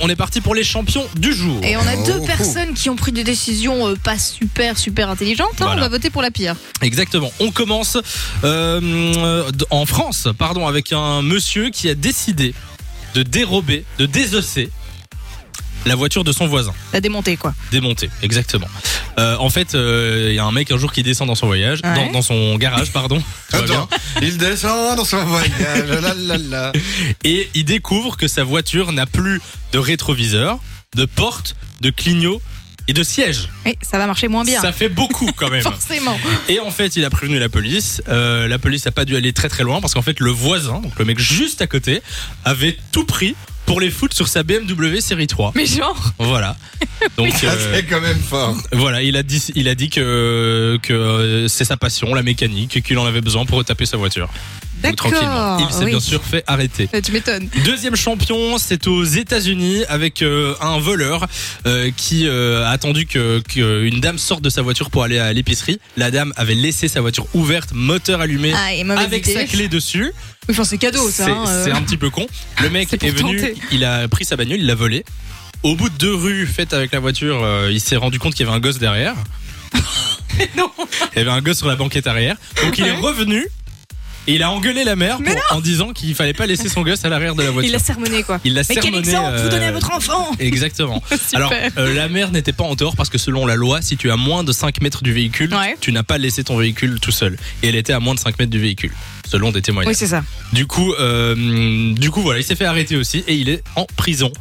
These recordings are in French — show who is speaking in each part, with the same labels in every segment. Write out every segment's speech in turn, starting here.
Speaker 1: on est parti pour les champions du jour.
Speaker 2: Et on a
Speaker 3: Oh.
Speaker 2: deux personnes qui ont pris des décisions euh, pas super, super intelligentes. hein.
Speaker 1: Voilà.
Speaker 2: On va voter pour la pire.
Speaker 1: Exactement. On commence euh, euh, d- en France, pardon, avec un monsieur qui a décidé de dérober, de désosser la voiture de son voisin.
Speaker 2: La démonter, quoi.
Speaker 1: Démonter, exactement. Euh, en fait, euh, il y a un mec un jour qui descend dans son voyage,
Speaker 2: Ouais.
Speaker 1: dans, dans son garage, pardon. Tout va bien.
Speaker 3: Attends, il descend dans son voyage. la, la, la.
Speaker 1: et il découvre que sa voiture n'a plus de rétroviseur, de porte, de clignot et de siège.
Speaker 2: Oui, ça va marcher moins bien.
Speaker 1: Ça fait beaucoup quand même.
Speaker 2: Forcément.
Speaker 1: Et en fait, il a prévenu la police. Euh, la police n'a pas dû aller très très loin parce qu'en fait, le voisin, donc le mec juste à côté, avait tout pris pour les foutre sur sa BMW série 3.
Speaker 2: Mais genre,
Speaker 1: Voilà. Donc
Speaker 3: Ah,
Speaker 1: euh,
Speaker 3: c'est quand même fort.
Speaker 1: voilà, il a dit, il a dit que, que euh, c'est sa passion, la mécanique, et qu'il en avait besoin pour retaper sa voiture. Donc, tranquillement.
Speaker 2: d'accord.
Speaker 1: hein. Il s'est
Speaker 2: oui.
Speaker 1: bien sûr fait arrêter.
Speaker 2: Euh, Tu m'étonnes.
Speaker 1: Deuxième champion, c'est aux États-Unis avec euh, un voleur euh, qui euh, a attendu que qu'une dame sorte de sa voiture pour aller à l'épicerie. La dame avait laissé sa voiture ouverte, moteur allumé.
Speaker 2: Ah, et mauvaise
Speaker 1: Avec
Speaker 2: idée.
Speaker 1: sa clé dessus,
Speaker 2: Oui, enfin, c'est cadeau, ça.
Speaker 1: c'est
Speaker 2: hein, euh.
Speaker 1: c'est un petit peu con. Le mec
Speaker 2: C'est
Speaker 1: est,
Speaker 2: pour
Speaker 1: venu,
Speaker 2: tenter.
Speaker 1: il a pris sa bagnole, il l'a volée. Au bout de deux rues faites avec la voiture, euh, il s'est rendu compte qu'il y avait un gosse derrière. Il y avait un gosse sur la banquette arrière. Donc il est
Speaker 2: Ouais.
Speaker 1: revenu et il a engueulé la mère
Speaker 2: Mais
Speaker 1: pour- en disant qu'il fallait pas laisser son gosse à l'arrière de la voiture.
Speaker 2: Il l'a sermonné, quoi.
Speaker 1: Il l'a
Speaker 2: Mais quel
Speaker 1: sermonné,
Speaker 2: exemple vous donnez à
Speaker 1: euh,
Speaker 2: votre enfant
Speaker 1: Exactement.
Speaker 2: Super.
Speaker 1: Alors, euh, la mère n'était pas en tort parce que selon la loi, si tu es à moins de 5 mètres du véhicule,
Speaker 2: Ouais.
Speaker 1: tu n'as pas laissé ton véhicule tout seul. Et elle était à moins de 5 mètres du véhicule, selon des témoignages.
Speaker 2: oui, c'est ça.
Speaker 1: Du coup, euh, du coup, voilà, il s'est fait arrêter aussi et il est en prison.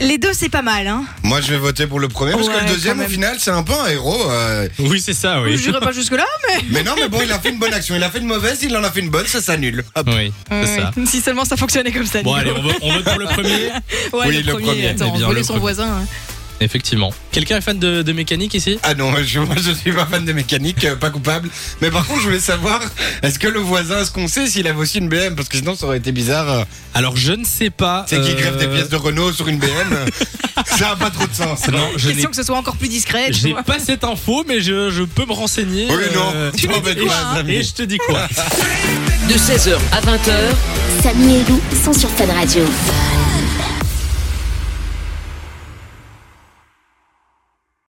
Speaker 2: Les deux, c'est pas mal, hein.
Speaker 3: Moi, je vais voter pour le premier parce
Speaker 2: Ouais,
Speaker 3: que le deuxième,
Speaker 2: quand
Speaker 3: au
Speaker 2: même.
Speaker 3: final, c'est un peu un héros. euh.
Speaker 1: Oui, c'est ça, oui.
Speaker 2: Je dirais pas jusque-là, mais.
Speaker 3: Mais non, mais bon, il a fait une bonne action. Il a fait une mauvaise, il en a fait une bonne, ça s'annule. Hop.
Speaker 1: Oui, c'est
Speaker 2: Ouais,
Speaker 1: ça.
Speaker 2: ouais. Si seulement ça fonctionnait comme ça.
Speaker 1: Bon,
Speaker 2: Nico.
Speaker 1: allez, on vote, on vote pour le premier.
Speaker 2: Ouais,
Speaker 3: Oui, le premier.
Speaker 2: Attends,
Speaker 1: Eh bien,
Speaker 2: voler
Speaker 1: le
Speaker 2: son
Speaker 1: premier.
Speaker 2: voisin. hein.
Speaker 1: Effectivement. Quelqu'un est fan de, de mécanique ici
Speaker 3: Ah non, je, moi je suis pas fan de mécanique, euh, pas coupable. Mais par contre, je voulais savoir, est-ce que le voisin, est-ce qu'on sait s'il avait aussi une BM Parce que sinon, ça aurait été bizarre. euh,
Speaker 1: Alors, je ne sais pas.
Speaker 3: C'est qui
Speaker 1: euh,
Speaker 3: greffe des pièces de Renault sur une BM Ça a pas trop de sens.
Speaker 1: Non, je n'ai
Speaker 2: Question que ce soit encore plus discret. tu
Speaker 1: J'ai
Speaker 2: vois.
Speaker 1: pas cette info, mais je, je peux me renseigner.
Speaker 3: Oui, non.
Speaker 1: euh,
Speaker 3: Tu m'en
Speaker 1: et,
Speaker 3: fais quoi,
Speaker 1: je,
Speaker 3: Samy
Speaker 1: et je te dis quoi
Speaker 4: De 16h à 20h,
Speaker 5: Samy et Lou sont sur Fan Radio.